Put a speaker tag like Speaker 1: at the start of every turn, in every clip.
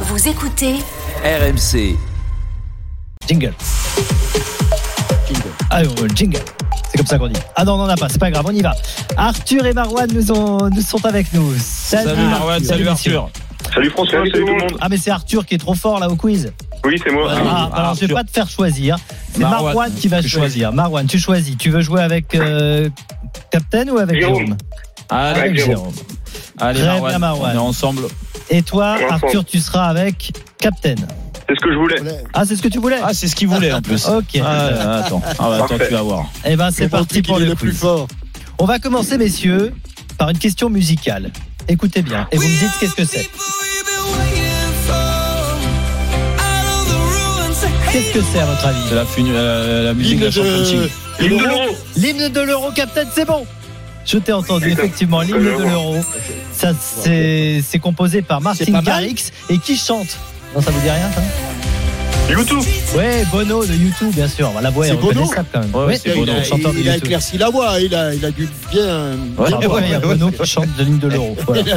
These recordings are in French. Speaker 1: Vous écoutez
Speaker 2: RMC.
Speaker 3: Jingle. Ah, euh, jingle. C'est comme ça qu'on dit. Ah non, on n'en a pas, c'est pas grave, on y va. Arthur et Marwan nous, ont, nous sont avec nous. Salut,
Speaker 4: Marwan, salut Arthur.
Speaker 5: Salut François, salut, tout le monde.
Speaker 3: messieurs. Ah, mais c'est Arthur qui est trop fort là au quiz.
Speaker 5: Oui, c'est moi.
Speaker 3: Ah, bah alors je vais
Speaker 4: Arthur.
Speaker 3: pas te faire choisir. C'est Marwan,
Speaker 4: Marwan,
Speaker 3: qui va
Speaker 4: tu
Speaker 3: choisir.
Speaker 4: choisis.
Speaker 3: Marwan, tu choisis. Tu veux jouer avec euh, Captain ou avec
Speaker 5: Jérôme.
Speaker 3: Jérôme
Speaker 4: Ah, Allez,
Speaker 5: Avec Jérôme.
Speaker 4: Allez
Speaker 3: Très bien,
Speaker 4: Marwan,
Speaker 3: Marwan.
Speaker 4: on est ensemble.
Speaker 3: Et toi,
Speaker 5: Ensemble.
Speaker 3: Arthur, tu seras avec Captain.
Speaker 5: C'est ce que je voulais.
Speaker 3: Ah, c'est ce que tu voulais
Speaker 4: Ah, c'est ce qu'il voulait en plus.
Speaker 3: Ok.
Speaker 4: Ah, attends, Ah, bah, attends,
Speaker 5: Parfait.
Speaker 4: tu vas voir.
Speaker 3: Eh ben, c'est parti pour le quiz.
Speaker 6: fort.
Speaker 3: On va commencer, messieurs, par une question musicale. Écoutez bien, et vous me dites qu'est-ce que c'est. Qu'est-ce que c'est à votre avis
Speaker 4: C'est la, fun- euh, la musique
Speaker 6: L'hymne
Speaker 4: de la Champions
Speaker 6: de,
Speaker 4: League.
Speaker 5: L'hymne de l'euro.
Speaker 3: L'hymne de l'euro, Captain, c'est bon Je t'ai entendu,
Speaker 5: Putain,
Speaker 3: effectivement, l'hymne
Speaker 5: je
Speaker 3: de
Speaker 5: vois.
Speaker 3: l'euro. Ça, c'est c'est composé par
Speaker 6: C'est
Speaker 3: Martin
Speaker 6: pas mal.
Speaker 3: Garrix. Et qui chante Non, ça vous dit rien, ça
Speaker 5: YouTube.
Speaker 3: Ouais, Bono de YouTube, bien sûr. La voix est
Speaker 6: C'est Bono
Speaker 3: reconnaissable quand même.
Speaker 4: Ouais,
Speaker 3: Ouais,
Speaker 4: c'est
Speaker 6: il,
Speaker 4: Bono,
Speaker 6: a,
Speaker 3: chanteur de
Speaker 6: il a
Speaker 3: U2.
Speaker 6: éclairci la voix, il a, il a dû bien.
Speaker 4: Ouais,
Speaker 6: bien
Speaker 3: Ah ouais,
Speaker 6: voir.
Speaker 3: il y a Bono qui chante de l'hymne de l'euro. Voilà.
Speaker 6: Il a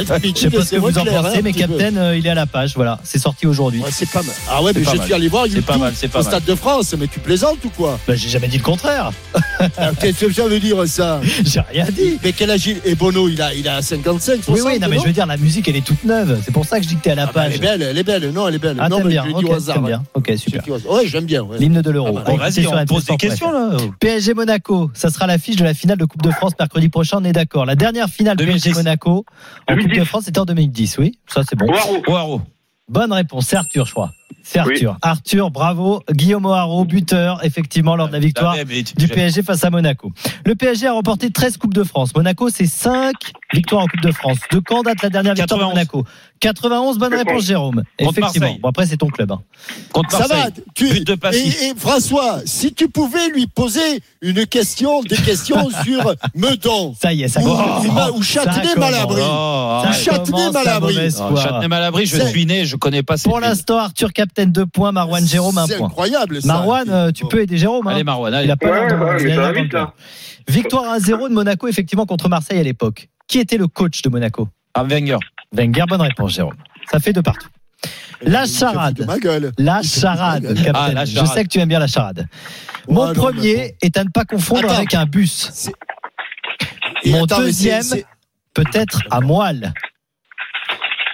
Speaker 3: Je sais
Speaker 6: expliqué
Speaker 3: pas
Speaker 6: de
Speaker 3: ce que
Speaker 6: ses
Speaker 3: vous en
Speaker 6: reflets, hein,
Speaker 3: pensez,
Speaker 6: un
Speaker 3: mais
Speaker 6: petit peu.
Speaker 3: Captain, euh, il est à la page. Voilà, c'est sorti aujourd'hui.
Speaker 6: Ouais, c'est pas mal. Ah ouais,
Speaker 4: C'est
Speaker 6: mais
Speaker 4: pas
Speaker 6: je
Speaker 4: mal.
Speaker 6: suis allé voir
Speaker 4: C'est pas
Speaker 6: YouTube
Speaker 4: mal, c'est pas
Speaker 6: au
Speaker 4: mal.
Speaker 6: Stade de France, mais tu plaisantes ou quoi
Speaker 3: Bah, j'ai jamais dit le contraire.
Speaker 6: Alors, Qu'est-ce que ça veut dire ça
Speaker 3: J'ai rien dit.
Speaker 6: Mais quel âge il- Et Bono, il a, il a 55, 60
Speaker 3: Oui, oui, non, mais je veux dire, la musique, elle est toute neuve. C'est pour ça que je dis que t'es à la
Speaker 6: Ah bah, elle
Speaker 3: page.
Speaker 6: est belle, elle est belle, non, elle est belle.
Speaker 3: Ah,
Speaker 6: non,
Speaker 3: t'aimes
Speaker 6: mais
Speaker 3: bien.
Speaker 6: je l'ai dit
Speaker 3: Ok,
Speaker 6: au hasard.
Speaker 3: t'aimes bien. Ok,
Speaker 6: Je l'ai
Speaker 3: super.
Speaker 6: dit au hasard. Ouais, j'aime bien. ouais.
Speaker 3: L'hymne de l'euro.
Speaker 6: Ah, bah,
Speaker 3: On va
Speaker 4: vas-y,
Speaker 3: écouter sur
Speaker 4: on
Speaker 3: la
Speaker 4: pose des
Speaker 3: plateforme
Speaker 4: questions, là.
Speaker 3: préférée. PSG Monaco, ça sera l'affiche de la finale de Coupe de France mercredi prochain, on est d'accord. La dernière finale
Speaker 4: 2010.
Speaker 3: PSG Monaco en Coupe de
Speaker 5: 2010.
Speaker 3: France c'était en 2010, oui. Ça c'est bon.
Speaker 5: Waro.
Speaker 4: Poirot.
Speaker 3: Bonne réponse, c'est Arthur, je crois. C'est
Speaker 5: Oui.
Speaker 3: Arthur. Arthur, bravo. Guillaume O'Haraud, buteur, effectivement, lors de la victoire
Speaker 4: Ah, mais tu-
Speaker 3: du PSG face à Monaco. Le PSG a remporté 13 Coupes de France. Monaco, c'est 5 victoires en Coupe de France. De quand date la dernière victoire de
Speaker 4: 91.
Speaker 3: Monaco 91, bonne réponse, Jérôme.
Speaker 4: Contre
Speaker 3: Effectivement.
Speaker 4: Marseille.
Speaker 3: Bon, après, c'est ton club. hein.
Speaker 4: Contre
Speaker 6: Ça va,
Speaker 4: Marseille.
Speaker 6: tu,
Speaker 4: but de Passy.
Speaker 6: et, et François, si tu pouvais lui poser une question, des questions sur Meudon
Speaker 3: Ça y est, ça
Speaker 6: ou,
Speaker 3: commence.
Speaker 6: ou- ou
Speaker 3: Ça commence.
Speaker 6: Châtenay
Speaker 3: Ah,
Speaker 6: Malabry.
Speaker 4: Oh,
Speaker 3: Ça
Speaker 4: arrête.
Speaker 6: Châtenay
Speaker 3: commence la
Speaker 6: Malabry.
Speaker 3: mauvaise
Speaker 4: Oh,
Speaker 3: foi.
Speaker 4: Châtenay Malabry, je
Speaker 6: C'est-
Speaker 4: suis né, je connais pas cette
Speaker 3: Pour
Speaker 4: ville.
Speaker 3: l'instant, Arthur Captain 2 points, Marwan Jérôme 1
Speaker 6: C'est
Speaker 3: point.
Speaker 6: incroyable ça. Oh,
Speaker 3: Marwan, euh, tu peux aider Jérôme. hein.
Speaker 4: Allez Marwan,
Speaker 3: Il
Speaker 4: allez.
Speaker 3: a pas l'air
Speaker 5: Ouais,
Speaker 3: de-
Speaker 5: ouais,
Speaker 3: il
Speaker 5: mais
Speaker 3: a
Speaker 5: ça
Speaker 3: l'air
Speaker 5: va
Speaker 3: dans le
Speaker 5: vite, hein. là.
Speaker 3: plan. Victoire 1-0 de Monaco, effectivement, contre Marseille à l'époque. Qui était le coach de Monaco
Speaker 4: Ah, Wenger.
Speaker 3: Wenger, bonne réponse, Jérôme. Ça fait de partout. La
Speaker 6: Il se fout
Speaker 3: charade.
Speaker 6: de Ma gueule.
Speaker 3: La
Speaker 6: Il se fout de
Speaker 3: charade,
Speaker 6: ma gueule.
Speaker 3: Captain.
Speaker 4: Ah, la charade.
Speaker 3: Je sais que tu aimes bien la charade.
Speaker 6: Oh,
Speaker 3: Mon
Speaker 6: euh, non, mais
Speaker 3: premier
Speaker 6: attends.
Speaker 3: est à ne pas confondre
Speaker 6: Attends.
Speaker 3: avec un bus.
Speaker 6: Et
Speaker 3: Mon
Speaker 6: attends, mais c'est-
Speaker 3: deuxième
Speaker 6: c'est-
Speaker 3: peut-être à Moelle.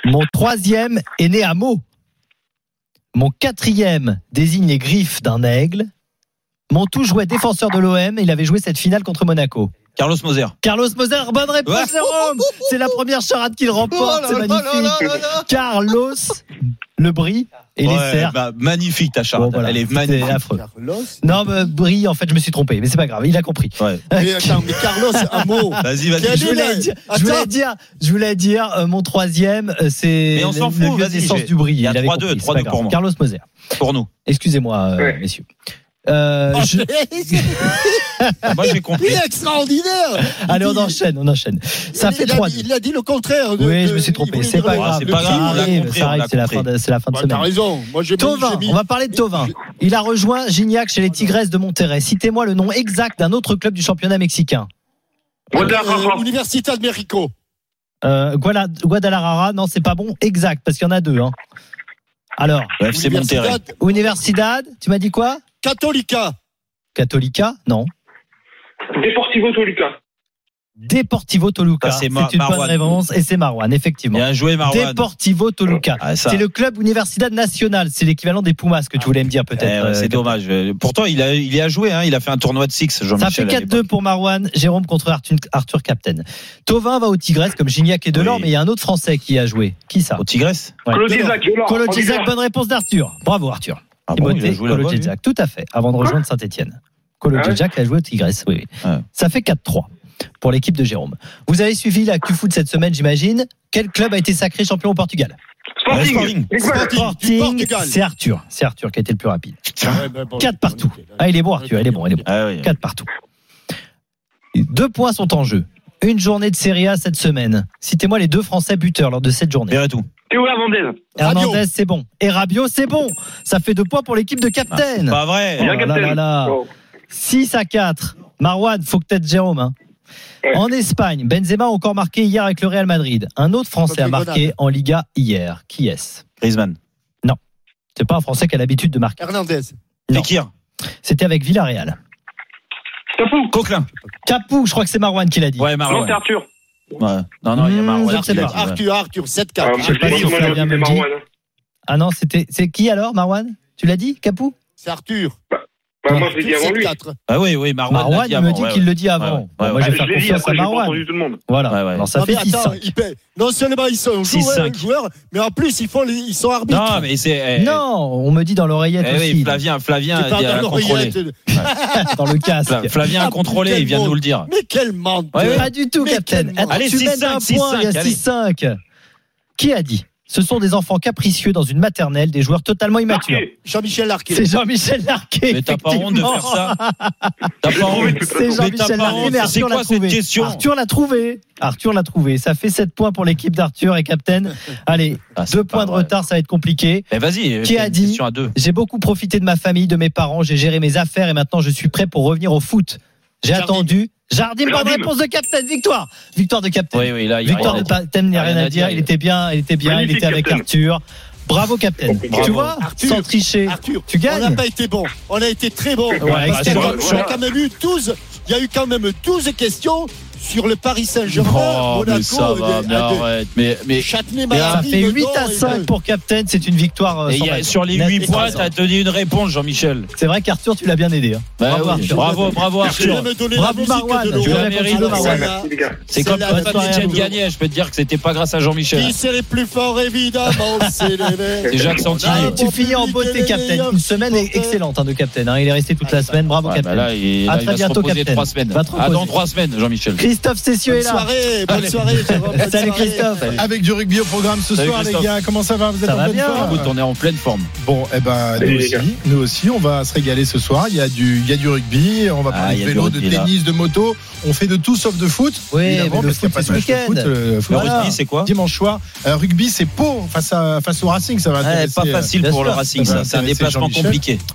Speaker 3: Mon troisième est né à Meaux. Mon quatrième désigne les griffes d'un aigle. Montou jouait défenseur de l'OM et il avait joué cette finale contre Monaco.
Speaker 4: Carlos Moser.
Speaker 3: Carlos Moser, bonne réponse,
Speaker 4: Ouais.
Speaker 3: Jérôme C'est la première charade qu'il remporte,
Speaker 6: Oh
Speaker 3: c'est
Speaker 6: là là
Speaker 3: magnifique.
Speaker 6: là là là.
Speaker 3: Carlos, le bris et les
Speaker 4: Ouais,
Speaker 3: cerfs.
Speaker 4: bah, magnifique ta charade.
Speaker 3: Bon, voilà.
Speaker 4: Elle est
Speaker 3: C'était
Speaker 4: magnifique.
Speaker 3: affreux.
Speaker 6: Carlos.
Speaker 3: Non, mais bris, en fait, je me suis trompé, mais c'est pas grave, il a compris.
Speaker 4: Ouais.
Speaker 6: Mais attends, mais Carlos, un mot.
Speaker 4: Vas-y, vas-y.
Speaker 6: Quel
Speaker 3: je voulais
Speaker 6: Allez,
Speaker 3: dire,
Speaker 6: attends.
Speaker 3: je voulais dire, je voulais dire, euh, mon troisième, euh, c'est
Speaker 4: Mais on
Speaker 3: le-
Speaker 4: s'en
Speaker 3: le
Speaker 4: fout,
Speaker 3: lieu
Speaker 4: vas-y,
Speaker 3: de naissance
Speaker 4: j'ai-
Speaker 3: du bris.
Speaker 4: il y a
Speaker 3: Il avait
Speaker 4: 3-2,
Speaker 3: compris, c'est pas
Speaker 4: 3-2
Speaker 3: grave.
Speaker 4: pour moi.
Speaker 3: Carlos Moser.
Speaker 4: Pour nous.
Speaker 3: Excusez-moi, euh,
Speaker 5: Ouais.
Speaker 3: messieurs. Euh,
Speaker 6: Oh,
Speaker 3: je-
Speaker 4: Moi, j'ai compris.
Speaker 6: Il est extraordinaire.
Speaker 3: Allez, on
Speaker 6: Il-
Speaker 3: enchaîne, on enchaîne. Ça
Speaker 6: il-
Speaker 3: fait
Speaker 6: il a-
Speaker 3: 3-2.
Speaker 6: Il a dit le contraire. de-
Speaker 3: Oui, je
Speaker 6: de-
Speaker 3: me suis
Speaker 6: il
Speaker 3: trompé.
Speaker 6: voulait
Speaker 3: C'est
Speaker 6: dire
Speaker 3: pas
Speaker 6: le-
Speaker 4: Ah,
Speaker 3: grave.
Speaker 4: c'est pas
Speaker 3: Ça
Speaker 4: grave, on
Speaker 5: Bah,
Speaker 4: l'a
Speaker 3: arrive,
Speaker 4: compris,
Speaker 3: ça
Speaker 4: on
Speaker 3: arrive,
Speaker 4: l'a
Speaker 3: c'est la fin
Speaker 4: compris.
Speaker 3: de, c'est la fin de
Speaker 6: Bah, T'as
Speaker 3: semaine.
Speaker 6: raison. Moi, j'ai mis-
Speaker 3: Tovin,
Speaker 6: j'ai mis-
Speaker 3: on va parler de Tovin. Il a rejoint Gignac chez les Tigresses de Monterrey. Citez-moi le nom exact d'un autre club du championnat mexicain.
Speaker 5: Guadalajara.
Speaker 6: Euh, Universitat de Mexico.
Speaker 3: Euh, Guala- Guadalajara, non, c'est pas bon. Exact, parce qu'il y en a deux. hein. Alors,
Speaker 4: Le FC Monterrey.
Speaker 6: Universidad
Speaker 3: Universidad, tu m'as dit quoi
Speaker 6: Católica.
Speaker 3: Católica Non.
Speaker 5: euh, Deportivo Toluca.
Speaker 3: Deportivo Toluca.
Speaker 4: Ça,
Speaker 3: C'est
Speaker 4: c'est Mar-
Speaker 3: une bonne
Speaker 4: Marouane.
Speaker 3: réponse et c'est Marouane, effectivement.
Speaker 4: Bien joué Marwan.
Speaker 3: Deportivo Toluca.
Speaker 4: Ah, ça.
Speaker 3: C'est le club Universidad Nacional. C'est l'équivalent des Pumas que tu voulais me dire
Speaker 4: Eh ouais,
Speaker 3: peut-être. euh,
Speaker 4: c'est dommage. Euh, Pourtant, il, a, il y a joué. Hein. Il a fait un tournoi de six,
Speaker 3: Ça fait
Speaker 4: Jean-Michel. à l'époque.
Speaker 3: 4-2 pour Marouane, Jérôme contre Arthur, Arthur Captain. Tovin va au Tigres comme Gignac et Delors,
Speaker 4: Oui.
Speaker 3: mais il y a un autre Français qui a joué. Qui ça
Speaker 4: Au Tigresse
Speaker 3: Ouais.
Speaker 5: Colotizak.
Speaker 3: Colotizak, bonne réponse d'Arthur. Bravo Arthur.
Speaker 4: Ah bon, il
Speaker 3: Timothée
Speaker 4: a joué là-bas, lui
Speaker 3: Colotizak, tout à fait, avant de rejoindre Saint-Etienne.
Speaker 6: Ah
Speaker 3: Colotizak a joué au Tigres, oui. oui.
Speaker 4: Ah Ouais.
Speaker 3: Ça fait 4-3 pour l'équipe de Jérôme. Vous avez suivi la Q-Foot cette semaine, j'imagine. Quel club a été sacré champion au Portugal
Speaker 5: Sporting.
Speaker 4: Sporting.
Speaker 5: Big Mac.
Speaker 6: Sporting du Portugal.
Speaker 3: c'est Arthur. C'est Arthur qui a été le plus rapide.
Speaker 6: Ouais, bah, bon,
Speaker 3: 4 partout.
Speaker 6: on était là.
Speaker 3: Ah, il est bon Arthur, il est bon, il est bon.
Speaker 4: Ah oui.
Speaker 3: 4 partout. Deux points sont en jeu. Une journée de Serie A cette semaine. Citez-moi les deux Français buteurs lors de cette journée.
Speaker 4: Verretou.
Speaker 5: Théo Hernandez.
Speaker 6: Rabiot.
Speaker 3: Hernandez, c'est bon. Et Rabiot, c'est bon. Ça fait deux points pour l'équipe de Captain.
Speaker 4: Pas vrai.
Speaker 3: Oh
Speaker 5: Bien
Speaker 3: là là
Speaker 5: capté.
Speaker 3: là.
Speaker 5: Oh.
Speaker 3: 6 à 4. Marouane, faut que t'aides Jérôme. hein.
Speaker 5: Ouais.
Speaker 3: En Espagne, Benzema a encore marqué hier avec le Real Madrid. Un autre Français a
Speaker 6: Contre
Speaker 3: marqué en Liga hier. Qui est-ce
Speaker 4: Griezmann.
Speaker 3: C'est pas un Français qui a l'habitude de marquer.
Speaker 6: Hernandez.
Speaker 3: Non.
Speaker 4: Fekir.
Speaker 3: C'était avec Villarreal.
Speaker 5: Tapou.
Speaker 4: Coquelin.
Speaker 3: Capou, je crois que c'est Marwan qui l'a dit.
Speaker 4: Ah Ouais,
Speaker 5: Non,
Speaker 4: Marouane.
Speaker 5: c'est Arthur.
Speaker 4: Ouais. Non, non, il y a
Speaker 3: Hmm,
Speaker 4: Marouane.
Speaker 3: je ne sais
Speaker 4: qui l'a
Speaker 3: pas.
Speaker 4: dit, ouais.
Speaker 6: Arthur, Arthur, 7-4.
Speaker 5: Ah,
Speaker 6: Arthur,
Speaker 5: je sais pas si
Speaker 3: Arthur,
Speaker 5: moi, j'aurais
Speaker 3: Flavien
Speaker 5: dit
Speaker 3: me le dit.
Speaker 5: Marouane.
Speaker 3: Ah non, c'était c'est qui alors, Marwan Tu l'as dit, Capou
Speaker 6: C'est Arthur.
Speaker 5: Bah, moi, je
Speaker 6: Arthur,
Speaker 5: l'ai dit avant lui.
Speaker 6: 7-4.
Speaker 4: Ah oui, oui, Marouane. l'a
Speaker 3: Marwan,
Speaker 4: dit
Speaker 3: il me
Speaker 4: avant,
Speaker 3: dit
Speaker 4: ouais,
Speaker 3: qu'il
Speaker 4: ouais.
Speaker 3: le dit avant.
Speaker 4: Ouais, ouais.
Speaker 3: Bon, moi,
Speaker 5: Ah,
Speaker 3: je vais
Speaker 5: Je
Speaker 3: faire
Speaker 5: l'ai dit,
Speaker 3: confiance à
Speaker 5: après, j'ai pas
Speaker 3: Marwan.
Speaker 5: entendu tout le monde.
Speaker 3: Voilà.
Speaker 4: Ouais, ouais.
Speaker 3: Alors, ça
Speaker 6: Non,
Speaker 3: fait
Speaker 6: mais attends,
Speaker 3: 6-5.
Speaker 6: ils paient. non seulement ils sont
Speaker 4: Six,
Speaker 6: joueurs,
Speaker 4: cinq.
Speaker 6: joueurs, mais en plus ils, font les- ils sont arbitres.
Speaker 4: Non, mais c'est. eh,
Speaker 3: Non, on me dit dans
Speaker 4: eh,
Speaker 3: l'oreillette
Speaker 4: eh
Speaker 3: aussi,
Speaker 4: oui, Flavien, Flavien
Speaker 6: Tu
Speaker 4: a,
Speaker 6: parles
Speaker 4: dit à
Speaker 6: dans
Speaker 4: contrôler.
Speaker 6: l'oreillette.
Speaker 3: dans le casque.
Speaker 4: Fla- Flavien a
Speaker 6: Ah,
Speaker 4: contrôlé,
Speaker 6: quel
Speaker 4: il vient de
Speaker 6: mot.
Speaker 4: nous le dire.
Speaker 6: Mais quel menteur
Speaker 4: Ouais, ouais.
Speaker 3: Pas du tout,
Speaker 6: Mais
Speaker 3: Captain.
Speaker 6: quel
Speaker 3: Attends,
Speaker 4: Allez,
Speaker 3: tu mènes
Speaker 4: 6-5,
Speaker 3: d'un point, il y a
Speaker 4: 6-5,
Speaker 3: 6-5. Qui a dit Ce sont des enfants capricieux dans une maternelle, des joueurs totalement immatures.
Speaker 5: Marqué.
Speaker 6: Jean-Michel Larquet.
Speaker 3: C'est Jean-Michel Larquet.
Speaker 4: Mais t'as pas honte de faire ça. T'as
Speaker 5: Je
Speaker 4: pas
Speaker 5: l'ai trouvé,
Speaker 4: honte.
Speaker 5: de toute
Speaker 3: C'est
Speaker 5: façon.
Speaker 4: Mais t'as pas
Speaker 3: Jean-Michel Larquet,
Speaker 4: honte.
Speaker 3: mais
Speaker 4: C'est
Speaker 3: Arthur
Speaker 4: quoi
Speaker 3: l'a
Speaker 4: cette
Speaker 3: trouvé.
Speaker 4: question
Speaker 3: Arthur l'a trouvé. Arthur l'a trouvé. Ça fait 7 points pour l'équipe d'Arthur et Captain. Allez,
Speaker 4: Ah, c'est
Speaker 3: deux
Speaker 4: pas
Speaker 3: points de
Speaker 4: vrai.
Speaker 3: retard, ça va être compliqué.
Speaker 4: Mais Eh, vas-y,
Speaker 3: Qui
Speaker 4: fais
Speaker 3: a
Speaker 4: une
Speaker 3: dit-
Speaker 4: question à deux.
Speaker 3: J'ai beaucoup profité de ma famille, de mes parents, j'ai géré mes affaires et maintenant je suis prêt pour revenir au foot. J'ai
Speaker 6: Jardim.
Speaker 3: attendu. Jardim, bonne
Speaker 5: Jardim.
Speaker 3: réponse de Captain. Victoire. Victoire de Captain.
Speaker 4: Oui, oui, là, il y a
Speaker 3: Victoire
Speaker 4: rien
Speaker 3: de
Speaker 4: à dire.
Speaker 3: Captain, il n'y a rien à dire. Il était bien, il était bien, il
Speaker 5: Magnifique,
Speaker 3: était avec
Speaker 5: Captain.
Speaker 3: Arthur. Bravo, Captain. Tu
Speaker 5: Bravo.
Speaker 3: vois,
Speaker 6: Arthur.
Speaker 3: sans tricher.
Speaker 6: Arthur,
Speaker 3: Tu gagnes.
Speaker 6: on n'a pas été bon. On a été très bon.
Speaker 4: bah,
Speaker 3: Ouais,
Speaker 6: Parce qu'il y a
Speaker 4: sur-
Speaker 6: quand même-
Speaker 5: sur-
Speaker 6: on a quand même eu 12. Il y a eu quand même 12 questions sur le Paris Saint-Germain,
Speaker 4: Oh, mais ça
Speaker 6: Monaco,
Speaker 4: va,
Speaker 6: euh,
Speaker 4: mais
Speaker 6: à deux.
Speaker 4: arrête. Mais, mais
Speaker 3: Ça
Speaker 6: Châtenay-Malabry,
Speaker 3: fait 8
Speaker 6: Meudon
Speaker 3: à
Speaker 6: et-
Speaker 3: 5 pour Captain. C'est une victoire. euh,
Speaker 4: Et il
Speaker 3: sans
Speaker 4: y a-
Speaker 3: raison.
Speaker 4: sur les
Speaker 3: Nette et
Speaker 4: 8
Speaker 3: sans
Speaker 4: points,
Speaker 3: raison.
Speaker 4: t'as donné une réponse, Jean-Michel.
Speaker 3: C'est vrai qu'Arthur, tu l'as bien aidé. hein.
Speaker 4: Bah
Speaker 3: Bravo,
Speaker 4: oui.
Speaker 3: Arthur.
Speaker 4: bravo, bravo,
Speaker 6: Je vais
Speaker 4: Arthur.
Speaker 6: me donner
Speaker 3: Bravo,
Speaker 6: la musique
Speaker 3: Marwan.
Speaker 6: de l'eau.
Speaker 3: Tu
Speaker 4: l'as mérité,
Speaker 6: Alors,
Speaker 4: Marwan.
Speaker 6: celle-là,
Speaker 5: Merci, les gars.
Speaker 4: C'est
Speaker 6: C'est
Speaker 4: comme
Speaker 6: la
Speaker 4: quand
Speaker 6: bonne
Speaker 4: Michel
Speaker 6: manière de-
Speaker 4: gagnait, je peux te dire que c'était pas grâce à
Speaker 6: Qui
Speaker 4: Jean-Michel.
Speaker 6: c'est les plus forts, évidemment, c'est les mecs.
Speaker 4: C'est Jacques Santini.
Speaker 6: Ah,
Speaker 3: Tu
Speaker 6: bon
Speaker 3: finis en
Speaker 6: public,
Speaker 3: beauté,
Speaker 6: les
Speaker 3: Captain.
Speaker 6: meilleurs
Speaker 3: Une semaine est
Speaker 6: supporters.
Speaker 3: excellente hein, de Captain. hein. Il est resté toute la
Speaker 6: Ah,
Speaker 3: semaine. Bravo,
Speaker 4: Ouais, bah
Speaker 3: Captain.
Speaker 4: là, il,
Speaker 3: À
Speaker 4: là, il
Speaker 3: très
Speaker 4: va se
Speaker 3: bientôt,
Speaker 4: reposer
Speaker 3: Captain.
Speaker 4: trois semaines.
Speaker 3: Va te
Speaker 4: Ah, dans
Speaker 3: reposer.
Speaker 4: trois semaines, Jean-Michel.
Speaker 3: Christophe Cessieux
Speaker 6: Bonne
Speaker 3: est là.
Speaker 6: soirée, bonne
Speaker 4: Allez.
Speaker 6: soirée, Jérôme. bonne
Speaker 3: Salut
Speaker 6: soirée.
Speaker 3: Christophe.
Speaker 4: Salut.
Speaker 1: Avec du rugby au programme ce
Speaker 4: Salut,
Speaker 1: soir,
Speaker 4: Christophe.
Speaker 1: les gars. Comment ça va Vous êtes
Speaker 3: Ça
Speaker 1: en
Speaker 3: va
Speaker 1: bonne
Speaker 3: bien.
Speaker 1: forme
Speaker 4: Écoute, on est en pleine forme.
Speaker 1: Bon, eh ben,
Speaker 5: Salut, les
Speaker 1: nous aussi,
Speaker 5: gars.
Speaker 1: nous aussi, on va se régaler ce soir. Il y a du, il y a du rugby, on va
Speaker 4: Ah,
Speaker 1: parler
Speaker 4: il y
Speaker 1: de
Speaker 4: a du
Speaker 1: vélo,
Speaker 4: rugby,
Speaker 1: de
Speaker 4: là.
Speaker 1: tennis, de moto. On fait de tout sauf de foot.
Speaker 3: Oui, mais
Speaker 1: évidemment,
Speaker 3: le
Speaker 1: parce
Speaker 3: foot,
Speaker 1: qu'il n'y a
Speaker 3: c'est
Speaker 1: pas de
Speaker 3: ce
Speaker 1: match de
Speaker 3: week-end.
Speaker 1: foot. euh,
Speaker 4: Le
Speaker 1: voilà.
Speaker 4: rugby, c'est quoi
Speaker 1: Dimanche soir, Euh, rugby, c'est Pau face à face au Racing, ça va.
Speaker 4: Ouais,
Speaker 1: intéresser,
Speaker 4: Eh, Pas
Speaker 1: euh,
Speaker 4: facile
Speaker 3: bien
Speaker 4: pour le
Speaker 3: sûr.
Speaker 4: Racing,
Speaker 1: Ça va
Speaker 4: ça. C'est un
Speaker 1: intéresser
Speaker 4: déplacement
Speaker 1: Jean-Michel.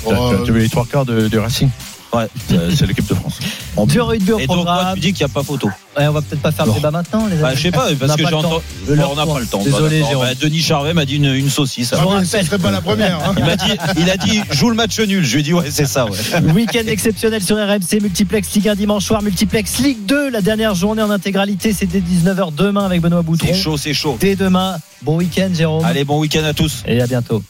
Speaker 1: Ah,
Speaker 4: compliqué.
Speaker 1: euh,
Speaker 2: Tu veux les trois quarts de, de Racing
Speaker 4: Ouais.
Speaker 2: Euh, C'est l'équipe de France.
Speaker 3: Du rugby au
Speaker 4: Et donc, toi,
Speaker 3: programme.
Speaker 4: tu dis qu'il n'y a pas photo.
Speaker 3: Ouais, on va peut-être pas faire le
Speaker 2: Non.
Speaker 3: débat maintenant, les
Speaker 4: Bah, je
Speaker 3: amis.
Speaker 4: sais pas,
Speaker 3: On n'a
Speaker 4: parce que
Speaker 3: pas
Speaker 4: j'ai
Speaker 3: le temps.
Speaker 4: entendu. Bon,
Speaker 3: Le leur
Speaker 4: on n'a
Speaker 3: temps.
Speaker 4: pas le temps.
Speaker 3: Désolé,
Speaker 4: Bon,
Speaker 3: Jérôme.
Speaker 4: bah, Denis Charvet m'a dit une, une saucisse.
Speaker 1: ah
Speaker 4: alors.
Speaker 1: ouais, ce serait pas la première. hein.
Speaker 4: Il m'a dit, il a dit, joue le match nul. Je lui ai dit, ouais, c'est ça, ouais.
Speaker 3: Week-end exceptionnel sur RMC, Multiplex Ligue 1 dimanche soir, Multiplex Ligue 2, la dernière journée en intégralité, c'est dès 19h demain avec Benoît Boutron.
Speaker 4: C'est chaud, c'est chaud.
Speaker 3: Dès demain, bon week-end Jérôme.
Speaker 4: Allez, bon week-end à tous.
Speaker 3: Et à bientôt.